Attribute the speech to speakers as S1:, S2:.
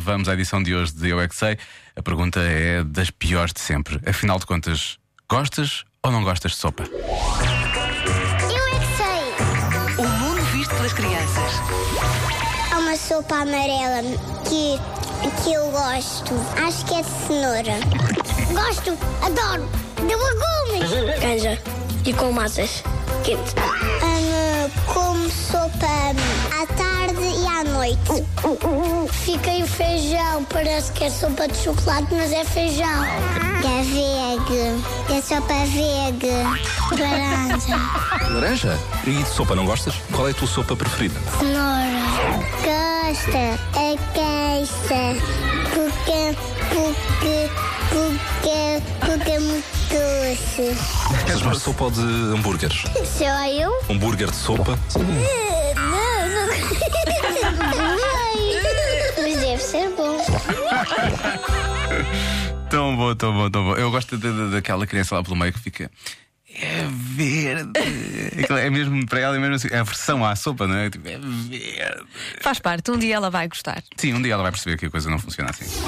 S1: Vamos à edição de hoje de Eu é que Sei. A pergunta é das piores de sempre. Afinal de contas, gostas ou não gostas de sopa?
S2: Eu é que sei.
S3: O mundo visto pelas crianças.
S2: Há uma sopa amarela que, que eu gosto. Acho que é de cenoura. gosto, adoro. De legumes. Canja. E com massas. Quente. Hum, como sopa à tarde e à noite. Fica aí o feijão. Parece que é sopa de chocolate, mas é feijão. É verde. É sopa verde. Laranja.
S4: Laranja? E de sopa não gostas? Qual é a tua sopa preferida?
S2: Cenoura. Gosta. É queixa. Porque, porque, porque, porque é muito doce.
S4: Queres mais sopa ou de hambúrgueres?
S2: Sou eu?
S4: Hambúrguer de sopa?
S2: Э, Não, não. Mas deve ser bom.
S1: Tão bom, tão bom, tão bom. Eu gosto de- de- daquela criança lá pelo meio que fica. É verde. Aquilo É mesmo para ela, é mesmo assim, é a versão à sopa, não é? Tipo, é verde.
S5: Faz parte, um dia ela vai gostar.
S1: Sim, um dia ela vai perceber que a coisa não funciona assim.